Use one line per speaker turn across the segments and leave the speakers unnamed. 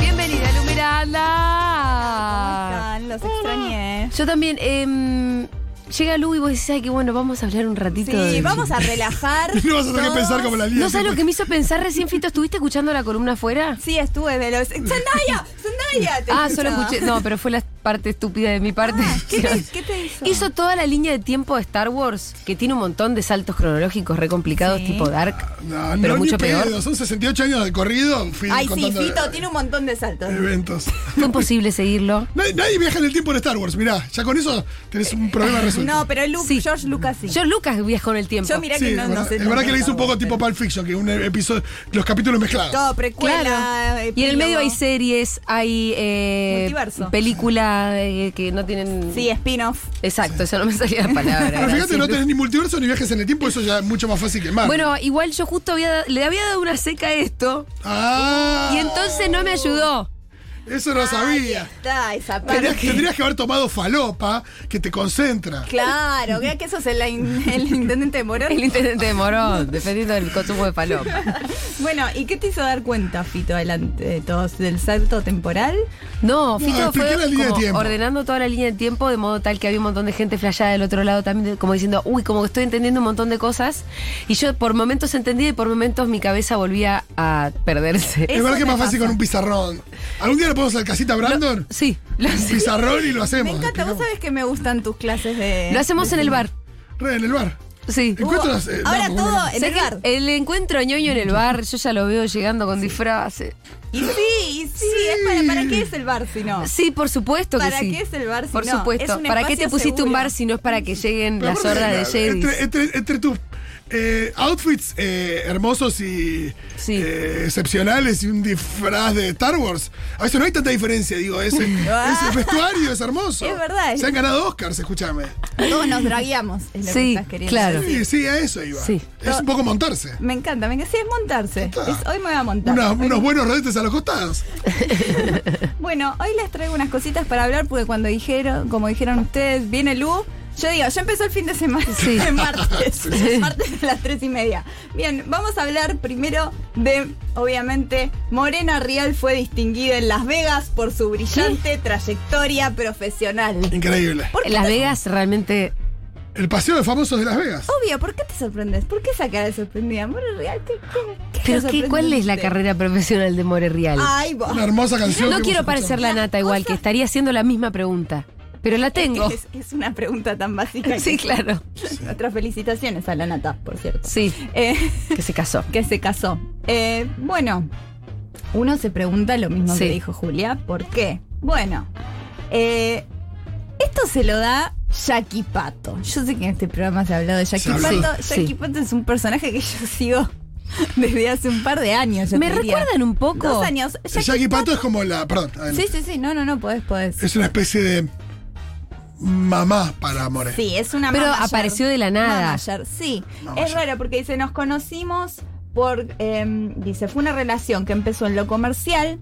Bienvenida, Lu
¿Cómo
Miranda.
están? Los extrañé.
Yo también. em, llega Lu y vos decís, ay, que bueno, vamos a hablar un ratito.
Sí,
de-
vamos a relajar.
No vas a tener que pensar como la lía.
¿No sabes lo que me hizo pensar recién, Fito? ¿Estuviste escuchando la columna afuera?
Sí, estuve veloz. ¡Zendaya! ¡Zendaya! Te
Ah,
escucho.
solo escuché. No, pero fue la parte estúpida de mi parte.
Ah, ¿qué, te, qué te hizo?
Hizo toda la línea de tiempo de Star Wars, que tiene un montón de saltos cronológicos re complicados,
Sí.
tipo Dark,
No,
pero
no,
mucho
ni pedo.
peor.
Son 68 años de corrido. Fui
Ay, sí,
contando
Fito tiene un montón de saltos.
eventos.
Fue imposible seguirlo.
Nadie, nadie viaja en el tiempo en Star Wars, mirá. Ya con eso tenés un problema resuelto.
No, pero Luke,
Sí.
George Lucas sí.
Yo Lucas viajó en el tiempo.
Yo mirá
sí,
que
es
no, no
verdad,
sé.
es verdad que le hice un poco
tanto,
tipo
pero-
Pulp Fiction, que un episodio, los capítulos mezclados.
Todo, precuela.
Claro. Y en el
epílogo.
medio hay series, hay eh,
eh, Multiverso.
películas eh, que no tienen.
Sí, spin-off.
Exacto, eso no me salía la palabra.
pero
era
fíjate, no
simple.
tenés ni multiverso ni viajes en el tiempo, eso ya es mucho más fácil que más.
Bueno, igual yo justo había da- le había dado una seca a esto
ah,
y entonces no me ayudó.
Eso no sabía.
Ahí está, esa
Tenías-
parte.
Tendrías que haber tomado falopa, que te concentra.
Claro, vea que eso es el, el intendente Morón.
El intendente de Morón, dependiendo del consumo de paloma.
Bueno, ¿y qué te hizo dar cuenta, Fito, delante de todos, del salto temporal?
No, Fito fue
Ah, expliqué la línea de
como
tiempo.
ordenando toda la línea de tiempo de modo tal que había un montón de gente flasheada del otro lado también, de- como diciendo, uy, como que estoy entendiendo un montón de cosas. Y yo por momentos entendía y por momentos mi cabeza volvía a perderse.
es
eso
verdad que es
me
más fácil
pasa.
con un pizarrón. ¿Algún día le podemos hacer casita a Brandon?
Sí, lo,
Un pizarrón y lo hacemos.
Me encanta,
explicamos.
vos sabés que me gustan tus clases de...
lo hacemos en el bar.
Re, en el bar.
Sí.
Encuentros. eh,
Ahora
no,
todo
bueno,
en
Sé
el
que
bar.
el encuentro ñoño en el bar, yo ya lo veo llegando con disfraces.
Y sí, y sí, es para, ¿para qué es el bar si no?
Ah.
Sí, por supuesto que
¿Para
sí.
qué es el bar si
Por
no?
supuesto.
Es un
¿Para qué te
espacio
pusiste un
seguro.
bar si no es para que lleguen
pero
las
aparte,
hordas de
la-
Jedi?
Entre, entre- entre tus eh, outfits eh, hermosos y
Sí.
eh, excepcionales y un disfraz de Star Wars, a veces no hay tanta diferencia, digo, ese, ese vestuario es hermoso.
Es verdad. Ah,
Se han ganado Oscars, escúchame.
Todos nos dragueamos, es lo que
Sí,
estás queriendo
claro.
decir.
Sí, sí, a eso iba.
Sí.
Es un poco montarse.
Me encanta, me encanta. Sí, es montarse. Es- hoy me voy a montar.
Unos- unos buenos rodetes a los costados.
Bueno, hoy les traigo unas cositas para hablar porque cuando dijeron, como dijeron ustedes, viene Lu. Yo digo, ya empezó el fin de semana.
Sí.
de martes. Martes a las tres y media. Bien, vamos a hablar primero de, obviamente, Morena Rial fue distinguida en Las Vegas por su brillante trayectoria profesional.
Increíble.
¿Por qué
Las
te-
Vegas realmente
El paseo de famosos de Las Vegas.
Obvio, ¿por qué te sorprendes? ¿Por qué esa cara de sorprendida? Morena Rial, ¿qué, qué, qué
¿Pero
te
qué, cuál es la
sorprendiste?
carrera profesional de More Real?
Ay, vos.
Una hermosa canción.
no
que
quiero
hemos
parecer la nata igual, que estaría haciendo la misma pregunta. Pero la tengo.
Es, es una pregunta tan básica. que-
Sí, claro.
Otras felicitaciones a la nata, por cierto.
Sí,
Eh,
que se casó.
que se casó. Eh, bueno, uno se pregunta lo mismo
Sí.
que dijo Julia, ¿por qué? Bueno, eh, esto se lo da Jackie Pato. Yo sé que en este programa se ha hablado de Jackie
Se habló.
Pato.
Sí,
Jackie
sí.
Pato es un personaje que yo sigo desde hace un par de años. yo
¿Me
te diría.
recuerdan un poco?
Dos años.
escuchado. Jackie Pato es como la. Perdón. adelante.
Sí, sí, sí. No, no, no, podés, podés.
Es una especie de mamá para More.
Sí, es una
Pero
manager.
apareció de la nada.
Manager, Sí,
Manager.
es raro porque dice, nos conocimos por, em, dice, fue una relación que empezó en lo comercial,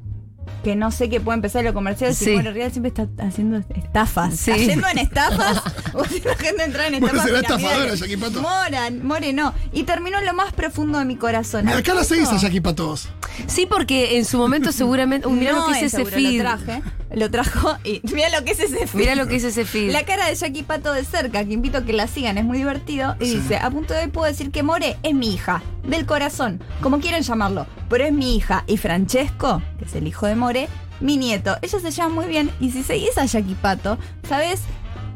que no sé qué puede empezar en lo comercial, si
Sí.
bueno, en realidad siempre está haciendo estafas,
Sí.
cayendo en estafas, o si la gente entra en
Bueno,
estafas.
será
piramidales.
estafadora, Jackie Pato.
Moran, more no. Y terminó en lo más profundo de mi corazón.
Y acá la seguís a
Eso-
Jackie Pato vos.
Sí, porque en su momento seguramente. Uy, mirá
no,
lo que
en
es ese
seguro,
feed.
Lo traje, lo trajo y mira lo que es ese feed.
Mirá lo que es ese feed.
La cara de Jackie Pato de cerca, que invito a que la sigan, es muy divertido. Y dice, a punto de hoy puedo decir que More es mi hija, del corazón, como quieran llamarlo, pero es mi hija. Y Francesco, que es el hijo de More, mi nieto. Ellos se llevan muy bien y si seguís a Jackie Pato, ¿sabes?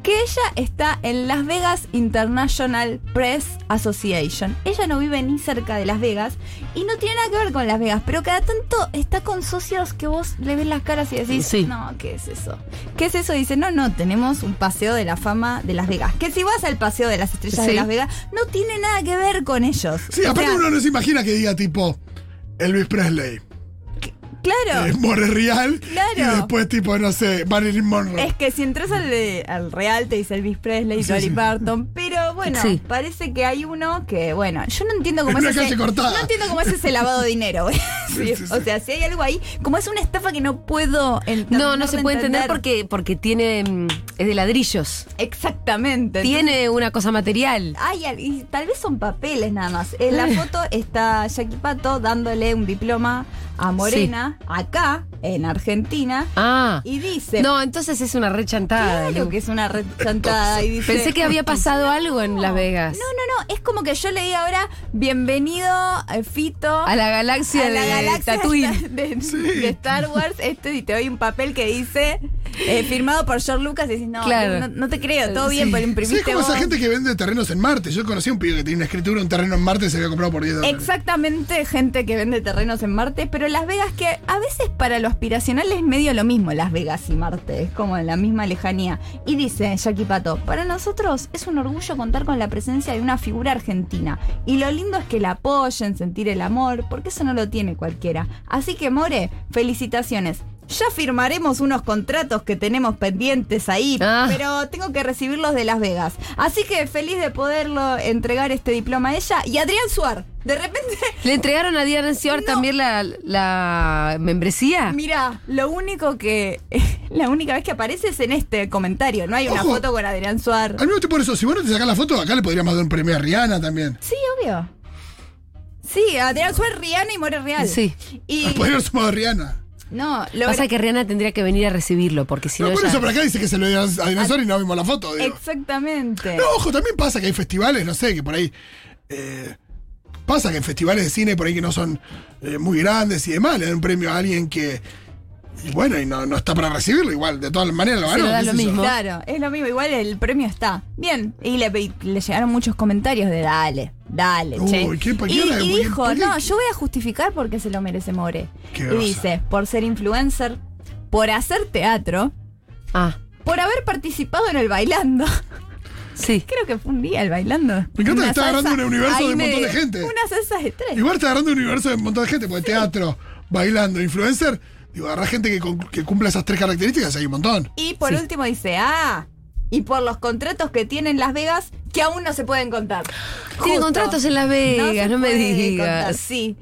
Que ella está en Las Vegas International Press Association. Ella no vive ni cerca de Las Vegas y no tiene nada que ver con Las Vegas, pero cada tanto está con socios que vos le ves las caras y decís,
Sí.
no, ¿qué es eso? ¿Qué es eso? Dice, no, no, tenemos un paseo de la fama de Las Vegas. Que si vas al paseo de las estrellas de
Sí.
Las Vegas, no tiene nada que ver con ellos.
Sí,
O
aparte
sea,
uno no se imagina que diga tipo Elvis Presley.
Claro.
eh, More Real.
Claro.
Y después, tipo, no sé, Marilyn Monroe.
Es que si entras al, de- al real te dice Elvis Presley y
Sí,
Dolly
sí.
Parton, pero bueno,
Sí.
parece que hay uno que, bueno, yo no entiendo cómo
En
es
una
ese,
calle cortada.
no entiendo cómo es ese lavado de dinero. voy a
Sí,
decir.
sí, sí.
O sea, si hay algo ahí, como es una estafa que no puedo entender.
No, no se puede entender porque, porque tiene. mm, es de ladrillos.
exactamente.
Tiene una cosa material.
Ay, al- y tal vez son papeles nada más. En
Eh.
la foto está Jackie Pato dándole un diploma a Morena, acá, en Argentina,
Ah.
y dice,
No, entonces es una rechantada.
claro que es una red chantada. Y dice,
Pensé que había pasado algo en Las Vegas.
No, no, no. Es como que yo leí ahora bienvenido eh, Fito
A la galaxia
a
de
la galaxia
Tatooine.
de, de Star Wars. Este, y te doy un papel que dice eh, firmado por George Lucas. Y decís, no,
Claro.
no, no te creo, todo
Sí.
bien, pero
Sí, es
imprimiste.
como esa
vos.
gente que vende terrenos en Marte. Yo conocí a un pibe que tenía una escritura, un terreno en Marte y se había comprado por 10 dólares.
Exactamente, gente que vende terrenos en Marte, pero Las Vegas que a veces para lo aspiracional es medio lo mismo Las Vegas y Marte, es como en la misma lejanía. Y dice Jackie Pato, para nosotros es un orgullo contar con la presencia de una figura argentina. Y lo lindo es que la apoyen, sentir el amor, porque eso no lo tiene cualquiera. Así que More, felicitaciones. Ya firmaremos unos contratos que tenemos pendientes ahí,
Ah.
pero pero tengo que recibirlos de Las Vegas. Así que feliz de poderlo entregar este diploma a ella. Y Adrián Suar, de repente,
¿Le entregaron a Diana Seor también la, la membresía?
mira, lo único que. La única vez que aparece es en este comentario. No hay una
Ojo.
foto con Adrián Suar.
Al mismo tiempo, por eso, si vos no te sacás la foto, acá le podríamos dar un premio a Rihanna también.
Sí, obvio. Sí, Adrián Suar, Rihanna y More Real.
Sí.
Y.
Podría haber sumado a Rihanna.
No, lo
Pasa que Rihanna tendría que venir a recibirlo, porque si
No,
no.
por
ya-
eso, por acá dice que se lo dio a Dinosaurio y no vimos la foto. digo.
Exactamente.
No, ojo, también pasa que hay festivales, no sé, que por ahí. eh, pasa que en festivales de cine por ahí que no son eh, muy grandes y demás, le dan un premio a alguien que. Y bueno, y no, no está para recibirlo, igual, de todas maneras lo
Se lo
ganó.
da
qué
lo
sé yo.
mismo.
Claro, es lo mismo, igual el premio está. Bien, y le, y le llegaron muchos comentarios de dale, dale, che.
Uy, ¿qué? ¿Por qué
y,
ahora?
y
¿Por qué?
dijo,
¿Por qué?
no, yo voy a justificar porque se lo merece More.
Qué
y
grosa.
dice, por ser influencer, por hacer teatro,
Ah,
por haber participado en el bailando.
sí.
Creo que fue un día el bailando.
Me encanta que
Una
está agarrando
salsa-
un universo
ahí
de un
me-
montón de gente.
Una salsa de tres.
Igual está agarrando un universo de un montón de gente, porque teatro, bailando, influencer. Digo, agarra gente que, con- que cumpla esas tres características, hay un montón.
Y por
Sí.
último dice, ah, y por los contratos que tienen Las Vegas que aún no se pueden contar.
Tiene
Justo.
contratos en Las
se
Vegas, no, me
puede
digas.
contar, sí.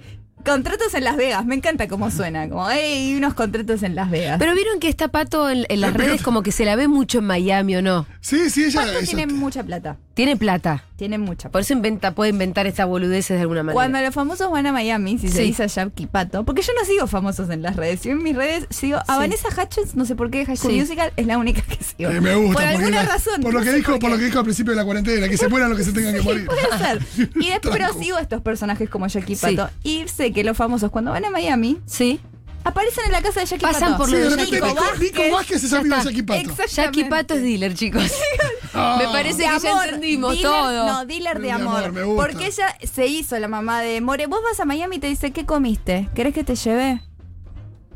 Contratos en Las Vegas, me encanta cómo suena, como, hey, unos contratos en Las Vegas.
Pero vieron que está Pato en, en las
Pero-
redes como que se la ve mucho en Miami o no.
Sí, sí, ella.
Pato
eso-
tiene mucha plata,
Tiene plata.
tiene mucha plata.
Por eso inventa, puede inventar estas boludeces de alguna manera.
Cuando los famosos van a Miami, si se
Sí.
dice a Jackie Pato, porque yo no sigo famosos en las redes, yo en mis redes sigo a
Sí.
Vanessa Hutchins, no sé por qué, High School
Sí.
Musical es la única que sigo.
Eh, me gusta.
Por
porque
alguna
la-
razón.
Por lo,
no
que
sé
dijo,
por
por lo
qué.
que dijo al principio de la cuarentena, que se mueran los que se tengan que morir.
Puede ser. Y después
Tranco.
sigo a estos personajes como Jackie
Sí.
Pato. Y sé que los famosos cuando van a Miami
Sí.
aparecen en la casa de Jackie
Pasan
Pato.
por
Sí, de
lo de
repente
Nico
Nico, Nico
Vázquez.
Vázquez es
Ya
amigo de
está.
Jackie Pato.
Jackie
Exactamente.
Pato es dealer, chicos.
Ah.
Me parece
De
que ya
amor,
entendimos
dealer-
todo.
No, dealer de
De
amor.
amor, me gusta.
Porque ella se hizo la mamá de More. Vos vas a Miami y te dice, ¿qué comiste? ¿Querés que te lleve?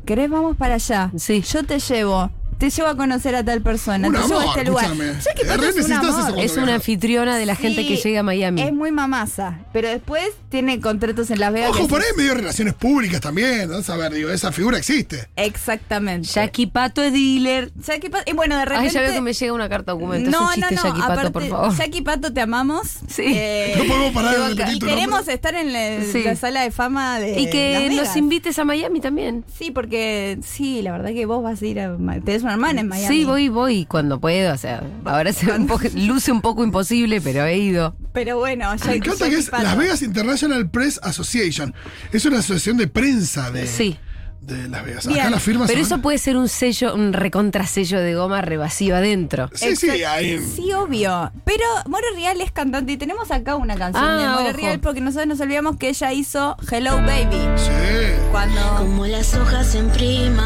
¿Querés? Vamos para allá.
Sí.
Yo te llevo. Te llevo a conocer a tal persona.
Un
te llevo a
amor,
este lugar.
escúchame.
Jackie
Eh,
Pato
re
es un
necesitas eso
amor.
cuando
es una
viajas.
anfitriona de la gente
Sí,
que llega a Miami.
Es muy mamasa. Pero después tiene contratos en Las Vegas.
Ojo,
que
por
sí-
ahí medio relaciones públicas también. ¿no? A ver, digo, esa figura existe.
Exactamente.
Jackie Pato es dealer.
Jackie Pato. Y bueno, de repente.
Ay, ya veo que me llega una carta documento. es un chiste, Jackie Pato, por
aparte,
favor.
Jackie Pato, te amamos.
Sí.
Eh,
No podemos parar de
y
repetir
y
tu nombre.
queremos estar en la,
Sí.
la sala de fama de.
y que
Las Vegas.
nos invites a Miami también.
Sí, porque sí, la verdad que vos vas a ir a. Ma- Tenés una hermana en Miami.
Sí, voy, voy cuando puedo. O sea, ahora se ve un poco- luce un poco imposible, pero he ido.
Pero bueno, Jackie,
Me encanta que
Jackie
es
Pato.
Las Vegas International Press Association. Es una asociación de prensa de,
Sí.
de Las Vegas.
Bien,
Acá las firmas
Pero
son-
eso puede ser un sello, un recontrasello de goma revacío adentro.
Sí, sí,
Exacto.
hay.
Sí, obvio. Pero More Real es cantante y tenemos acá una canción
Ah,
de More
ojo.
Real porque nosotros nos olvidamos que ella hizo Hello Baby.
Sí.
Cuando.
Como las hojas en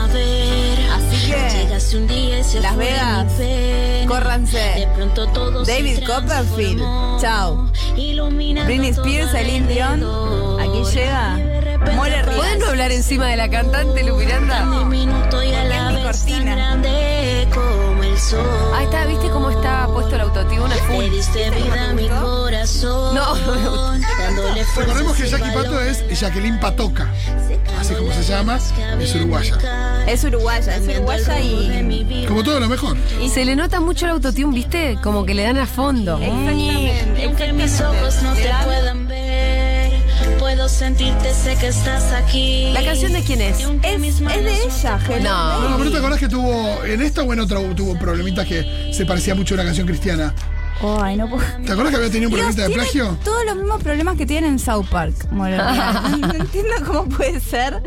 primavera.
Así que-
Llegaste un día y se
Las
fue
Vegas,
mi pena.
Córranse.
De pronto todo se
David
transformó,
Copperfield. Chao.
iluminando
Britney
todo
Spears, Celine Dion.
alrededor.
Aquí llega.
Y de repente
More Real.
¿Pueden no hablar encima de la cantante, Lu Miranda?
de minuto y a
Es
la
mi
vez
cortina.
tan grande como el sol.
Ahí está, ¿viste cómo está puesto el autotune?
Ah,
Le
Full.
diste vida a mi corazón.
No, me gusta.
dándole fuerzas
Recordemos que
y
Jackie Pato
valor.
es Jacqueline Patoca. Así como se llama, es uruguaya.
Es uruguaya, es uruguaya y.
Como todo lo mejor.
Se le nota mucho el autotune, ¿viste? Como que le dan a fondo.
Exactamente,
Aunque mis ojos no te puedan ver, puedo sentirte, sé que estás aquí.
¿La canción de quién es?
Y aunque
Es,
mis
es
manos
de ella,
No.
Bueno, pero te acordás que tuvo, en esta o en otra, tuvo problemitas que se parecía mucho a una canción cristiana.
No. Ay, no puedo.
¿Te acordás que había tenido un
Dios,
problemita de
tiene
este plagio?
todos los mismos problemas que tienen en South Park, Moronia. No entiendo cómo puede ser.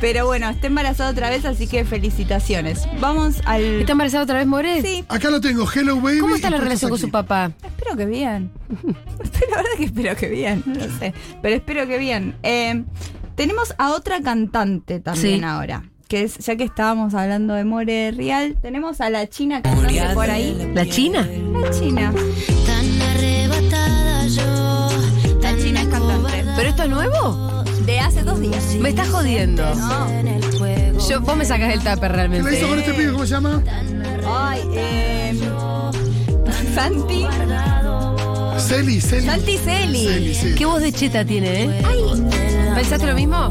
Pero bueno, está embarazada otra vez, así que felicitaciones. Vamos al.
¿Está embarazada otra vez More?
Sí,
Acá lo tengo, Hello Baby.
¿Cómo está
y
la
tú
relación
estás
con su
aquí.
papá?
espero que bien. Pero la verdad que espero que bien, no lo sé. Pero espero que bien. Eh, tenemos a otra cantante también
Sí.
ahora. Que es, ya que estábamos hablando de More Real, tenemos a la China cantante por ahí.
¿La China?
La China.
Tan arrebatada yo,
La
tan
China es cantante.
¿Pero esto es nuevo?
De hace dos días.
Me estás jodiendo.
No.
Yo, vos me sacás del tupper
¿Qué la hizo
realmente.
con este pibe? ¿Cómo se llama?
Ay, eh. Santi.
Celi, Celi.
Santi Celi.
Celi, sí.
¿Qué voz de cheta tiene, eh? ¿Pensaste lo mismo?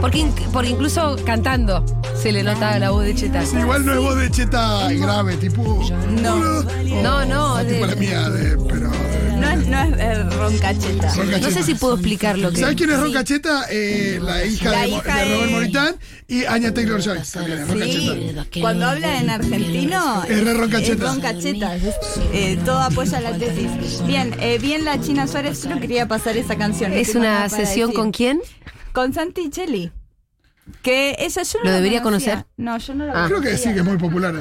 Porque, in- porque incluso cantando se le notaba la voz de cheta.
Sí, Igual no es voz de cheta grave, tipo.
No.
"Hola", o
No, no, de-
Tipo la mía, de. Pero. de-
No es, no es eh, roncacheta.
Ron
No sé
Cacheta.
si puedo explicar lo que...
¿Sabes quién es Ron Cacheta? Eh, la hija,
La
de,
hija
de
de-
Robert Moritán y Anya Taylor Joy. También es Ron
Sí,
Cacheta.
cuando habla en argentino
Es re roncacheta.
es roncacheta, es, eh, todo apoya la tesis. Bien, eh, bien la China Suárez, solo quería pasar esa canción. no
¿Es
tengo
una
nada para
sesión
decir.
con quién?
Con Santi Cheli. Que ella yo no
¿Lo
la
debería
conocía.
conocer?
No, yo no la
Ah.
Creo que sí,
conocía.
que es muy popular.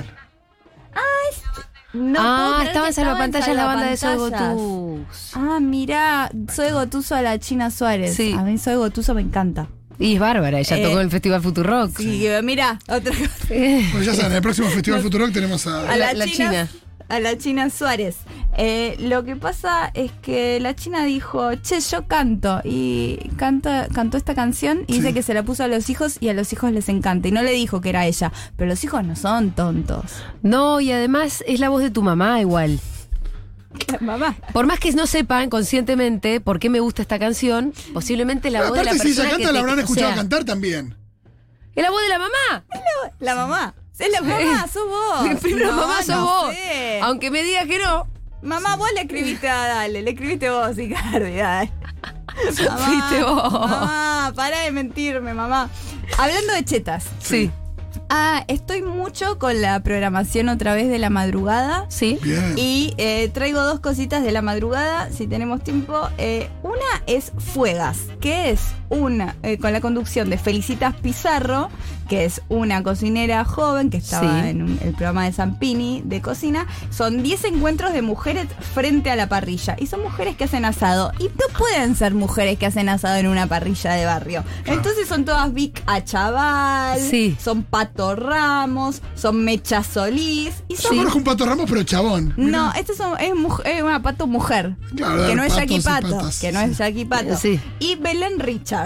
No
ah,
puedo creer
estaba
que
en Salvapantallas la banda de Soy
Salvapantallas.
Gotus.
Ah, mirá, soy Gotuso a la China Suárez.
Sí.
A mí soy Gotuso me encanta.
Y es bárbara, ella
Eh,
tocó en el Festival Futurock.
Sí, mira, otra cosa.
Eh,
Bueno, ya saben, en el próximo Festival Futurock tenemos
A
a.
La-
la,
la
China,
China.
A la China Suárez. Eh, lo que pasa es que la China dijo, che, yo canto. Y canto, cantó esta canción y
Sí.
dice que se la puso a los hijos y a los hijos les encanta. Y no le dijo que era ella. Pero los hijos no son tontos.
No, y además es la voz de tu mamá igual.
Mamá.
Por más que no sepan conscientemente por qué me gusta esta canción, posiblemente la voz de la
Aparte, si
persona
ella
que
canta,
te-
la habrán
o
escuchado
sea,
cantar también.
Es la voz de la mamá.
La mamá. Es la mamá, sos
Mi
vos.
primera
Oh, No,
mamá sos
no
vos.
sé.
Aunque me digas que no.
Mamá, vos le escribiste a Dale, le escribiste vos, Icardi, dale. Mamá,
Fuiste vos.
Mamá, para de mentirme, mamá. Hablando de chetas.
Sí,
Ah, estoy mucho con la programación otra vez de la madrugada.
sí.
Bien.
Y eh, traigo dos cositas de la madrugada, si tenemos tiempo. Eh, una es Fuegas, que es una, eh, con la conducción de Felicitas Pizarro, que es una cocinera joven que estaba
Sí.
en un- el programa de Zampini de cocina. Son 10 encuentros de mujeres frente a la parrilla. Y son mujeres que hacen asado. Y no pueden ser mujeres que hacen asado en una parrilla de barrio. Entonces son todas Vic Achaval,
Sí.
son Pato Ramos, son Mecha Solís. Y
Yo
son
conozco un pato Ramos, pero chabón.
no, este es, un- es, muj- es una pato mujer.
Claro,
que no es
patos
Jackie
y
Pato.
patas.
Que no es Jackie Pato.
Sí.
Y Belén Richards.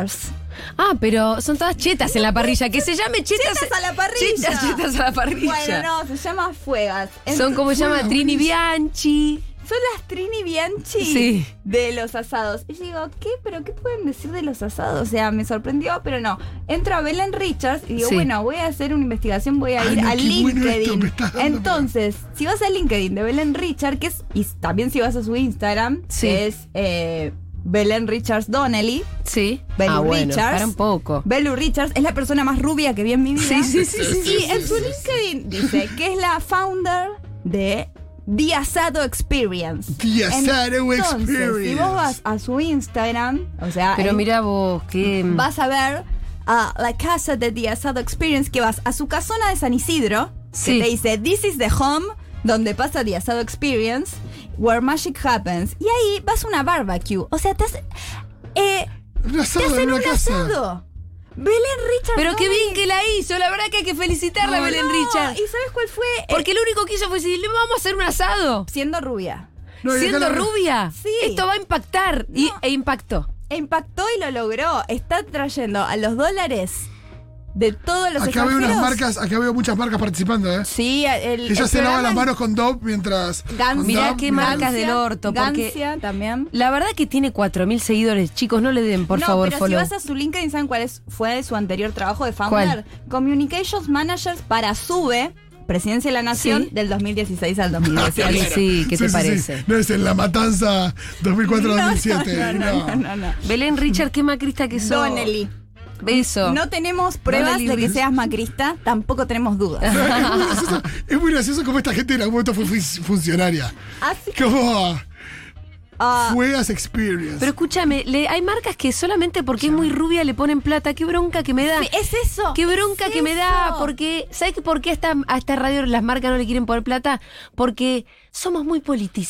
Ah, pero son todas chetas en la parrilla. Que se llame chetas,
Chetas a la parrilla.
Chetas, chetas a la parrilla.
Bueno, no, se llama Fuegas. Es-
Son como se llama
Bueno,
Trini
buenísimo.
Bianchi.
son las Trini Bianchi
Sí.
de los asados. Y yo digo, ¿qué? ¿Pero qué pueden decir de los asados? O sea, me sorprendió, pero no. Entro a Belén Richards y digo,
Sí.
bueno, voy a hacer una investigación, voy a
Ay,
ir
no,
a
qué bueno esto,
LinkedIn.
me estás dando
Entonces, si vas a LinkedIn de Belén Richards, que es, y también si vas a su Instagram,
Sí.
que es eh, Belén Richards Donnelly.
Sí.
Belu
ah, bueno,
Richards.
para un poco.
Belu Richards es la persona más rubia que vi en mi vida.
Sí, sí, sí, sí,
Y en su LinkedIn dice que es la founder de The Asado Experience.
The Asado
Entonces, Si
Experience.
vos vas a su Instagram, o sea,
Pero
en-
mira vos, que.
vas a ver a la casa de The Asado Experience, que vas a su casona de San Isidro,
Sí.
que te dice, this is the home, donde pasa The Asado Experience, where magic happens. Y ahí vas a una barbecue. O sea, te hace- eh,
Un
te
asado en
hacen
una
un
casa.
asado. Belén Richards.
Pero qué
Donnelly.
bien que la hizo. La verdad que hay que felicitarla,
No,
Belén
no,
Richards.
¿Y sabes cuál fue? Eh,
Porque lo único que hizo fue decir, le vamos a hacer un asado.
siendo rubia.
No, y acá
Siendo
la-
rubia.
Sí.
Esto va a impactar. Y, e impactó.
E Impactó y lo logró. Está trayendo a los dólares de todos los
Acá veo
extranjeros.
unas marcas, acá veo muchas marcas participando, ¿eh?
Sí, el.
Que ya
el
se lava
programa
las
es
manos con Dove mientras.
Gancia,
con
Mirá
Dove,
qué
mirá.
marcas del orto, porque-
Gancia también.
La verdad que tiene 4.000 seguidores, chicos, no le den, por
no,
favor,
pero
follow.
si vas a su LinkedIn, ¿saben cuál es- fue su anterior trabajo de
¿Cuál?
founder? Communications Managers para SUBE, Presidencia de la Nación,
Sí.
del 2016 al
Ah,
2018.
claro.
Sí, ¿qué te parece?
No es en La Matanza 2004-2007.
No, no, no, no, no.
Belén Richard, qué macrista que sos.
Donnelly.
Beso.
No tenemos pruebas
Donnelly
de que
Reese.
seas macrista, tampoco tenemos dudas.
es, muy gracioso, es muy gracioso como esta gente en algún momento fue fun- funcionaria.
Así
Como
ah,
fue as experience.
Pero escúchame, le- hay marcas que solamente porque es muy rubia le ponen plata. Qué bronca que me da.
sí, es eso.
Qué bronca
es
que me da,
eso.
porque, ¿sabes por qué a esta, a esta radio las marcas no le quieren poner plata? Porque somos muy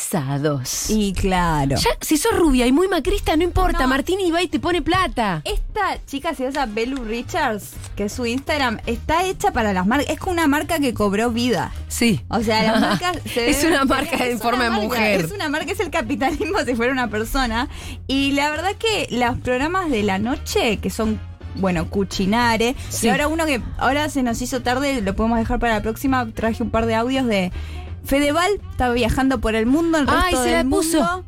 politizados.
Y claro.
Ya, si sos rubia y muy macrista, no importa,
No.
Martín iba y te pone plata.
Esta chica se llama Belu Richards, que es su Instagram, está hecha para las marcas. Es como una marca que cobró vida.
Sí.
O sea, las marcas. se
Es
deben-
una marca en
una
forma de
marca,
mujer.
Es una marca, es el capitalismo si fuera una persona. Y la verdad que los programas de la noche, que son. Bueno, Cuchinare.
Sí.
Y ahora uno que ahora se nos hizo tarde, lo podemos dejar para la próxima. Traje un par de audios de Fedeval. Estaba viajando por el mundo, el
Ay,
resto
se la
del
puso.
mundo.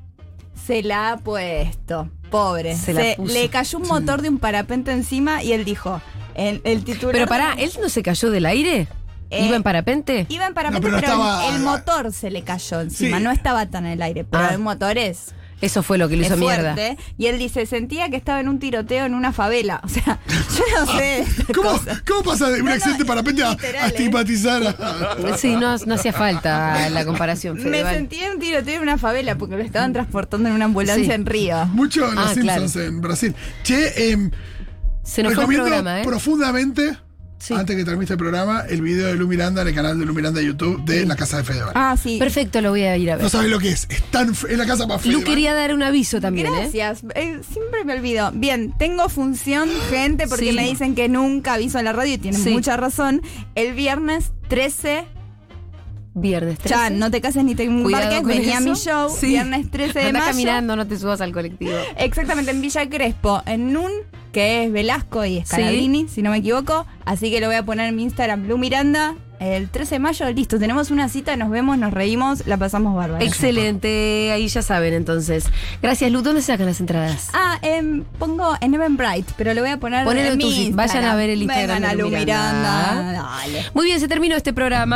Se la ha puesto. Pobre.
Se la puso.
Le cayó un motor de un parapente encima y él dijo. El, el titular.
Pero pará, ¿él no se cayó del aire?
Eh,
¿Iba en parapente?
Iba en parapente,
No, pero
pero,
estaba-
el, el motor se le cayó encima.
Sí.
No estaba tan en el aire, pero
Ah.
el motor es,
Eso fue lo que lo hizo
es
mierda.
fuerte. Y él dice, sentía que estaba en un tiroteo en una favela. O sea, yo no sé. de estas
¿Cómo,
cosas.
¿Cómo pasa de un
No, no,
accidente para parapente a,
literal,
a
¿eh?
estigmatizar a-
Pues Sí, no, no hacía falta la comparación,
Me
Fedeval.
sentí en un tiroteo en una favela porque lo estaban transportando en una ambulancia
Sí.
en Río.
mucho en los
Ah,
Simpsons en Brasil? Che, em,
Se nos fue el
recomiendo
programa, ¿eh?
profundamente,
Sí.
antes que termine el programa, el video de Lu Miranda en el canal de Lu Miranda de YouTube de La Casa de Fedeval.
Ah, sí.
Perfecto, lo voy a ir a ver.
No sabes lo que es. Es, tan, fe- es la casa más fea.
Lu quería dar un aviso también, ¿eh?
Gracias. Eh, siempre me olvido. Bien, tengo función, gente, porque
Sí.
me dicen que nunca aviso en la radio y tienen
Sí.
mucha razón. El viernes 13
Viernes 13.
Chan, no te cases ni te
Cuidado
embarques,
con
venía a mi
eso.
show,
Sí.
viernes 13 de
Andá
mayo.
caminando, no te subas al colectivo.
Exactamente, en Villa Crespo, en NUN, que es Velasco y Scarabini, si no me equivoco. Así que lo voy a poner en mi Instagram, Blue Miranda. El 13 de mayo, listo, tenemos una cita, nos vemos, nos reímos, la pasamos bárbaro.
Excelente, ahí ya saben entonces. Gracias, Lu. ¿Dónde sacan las entradas?
Ah, em, pongo en Evan Bright, pero lo voy a poner
Ponelo
en
en
mi
tu-
Instagram.
vayan a ver el Instagram
Vengan
de
a
Lu
Lu
Miranda.
Miranda. Dale.
Muy bien, se terminó este programa.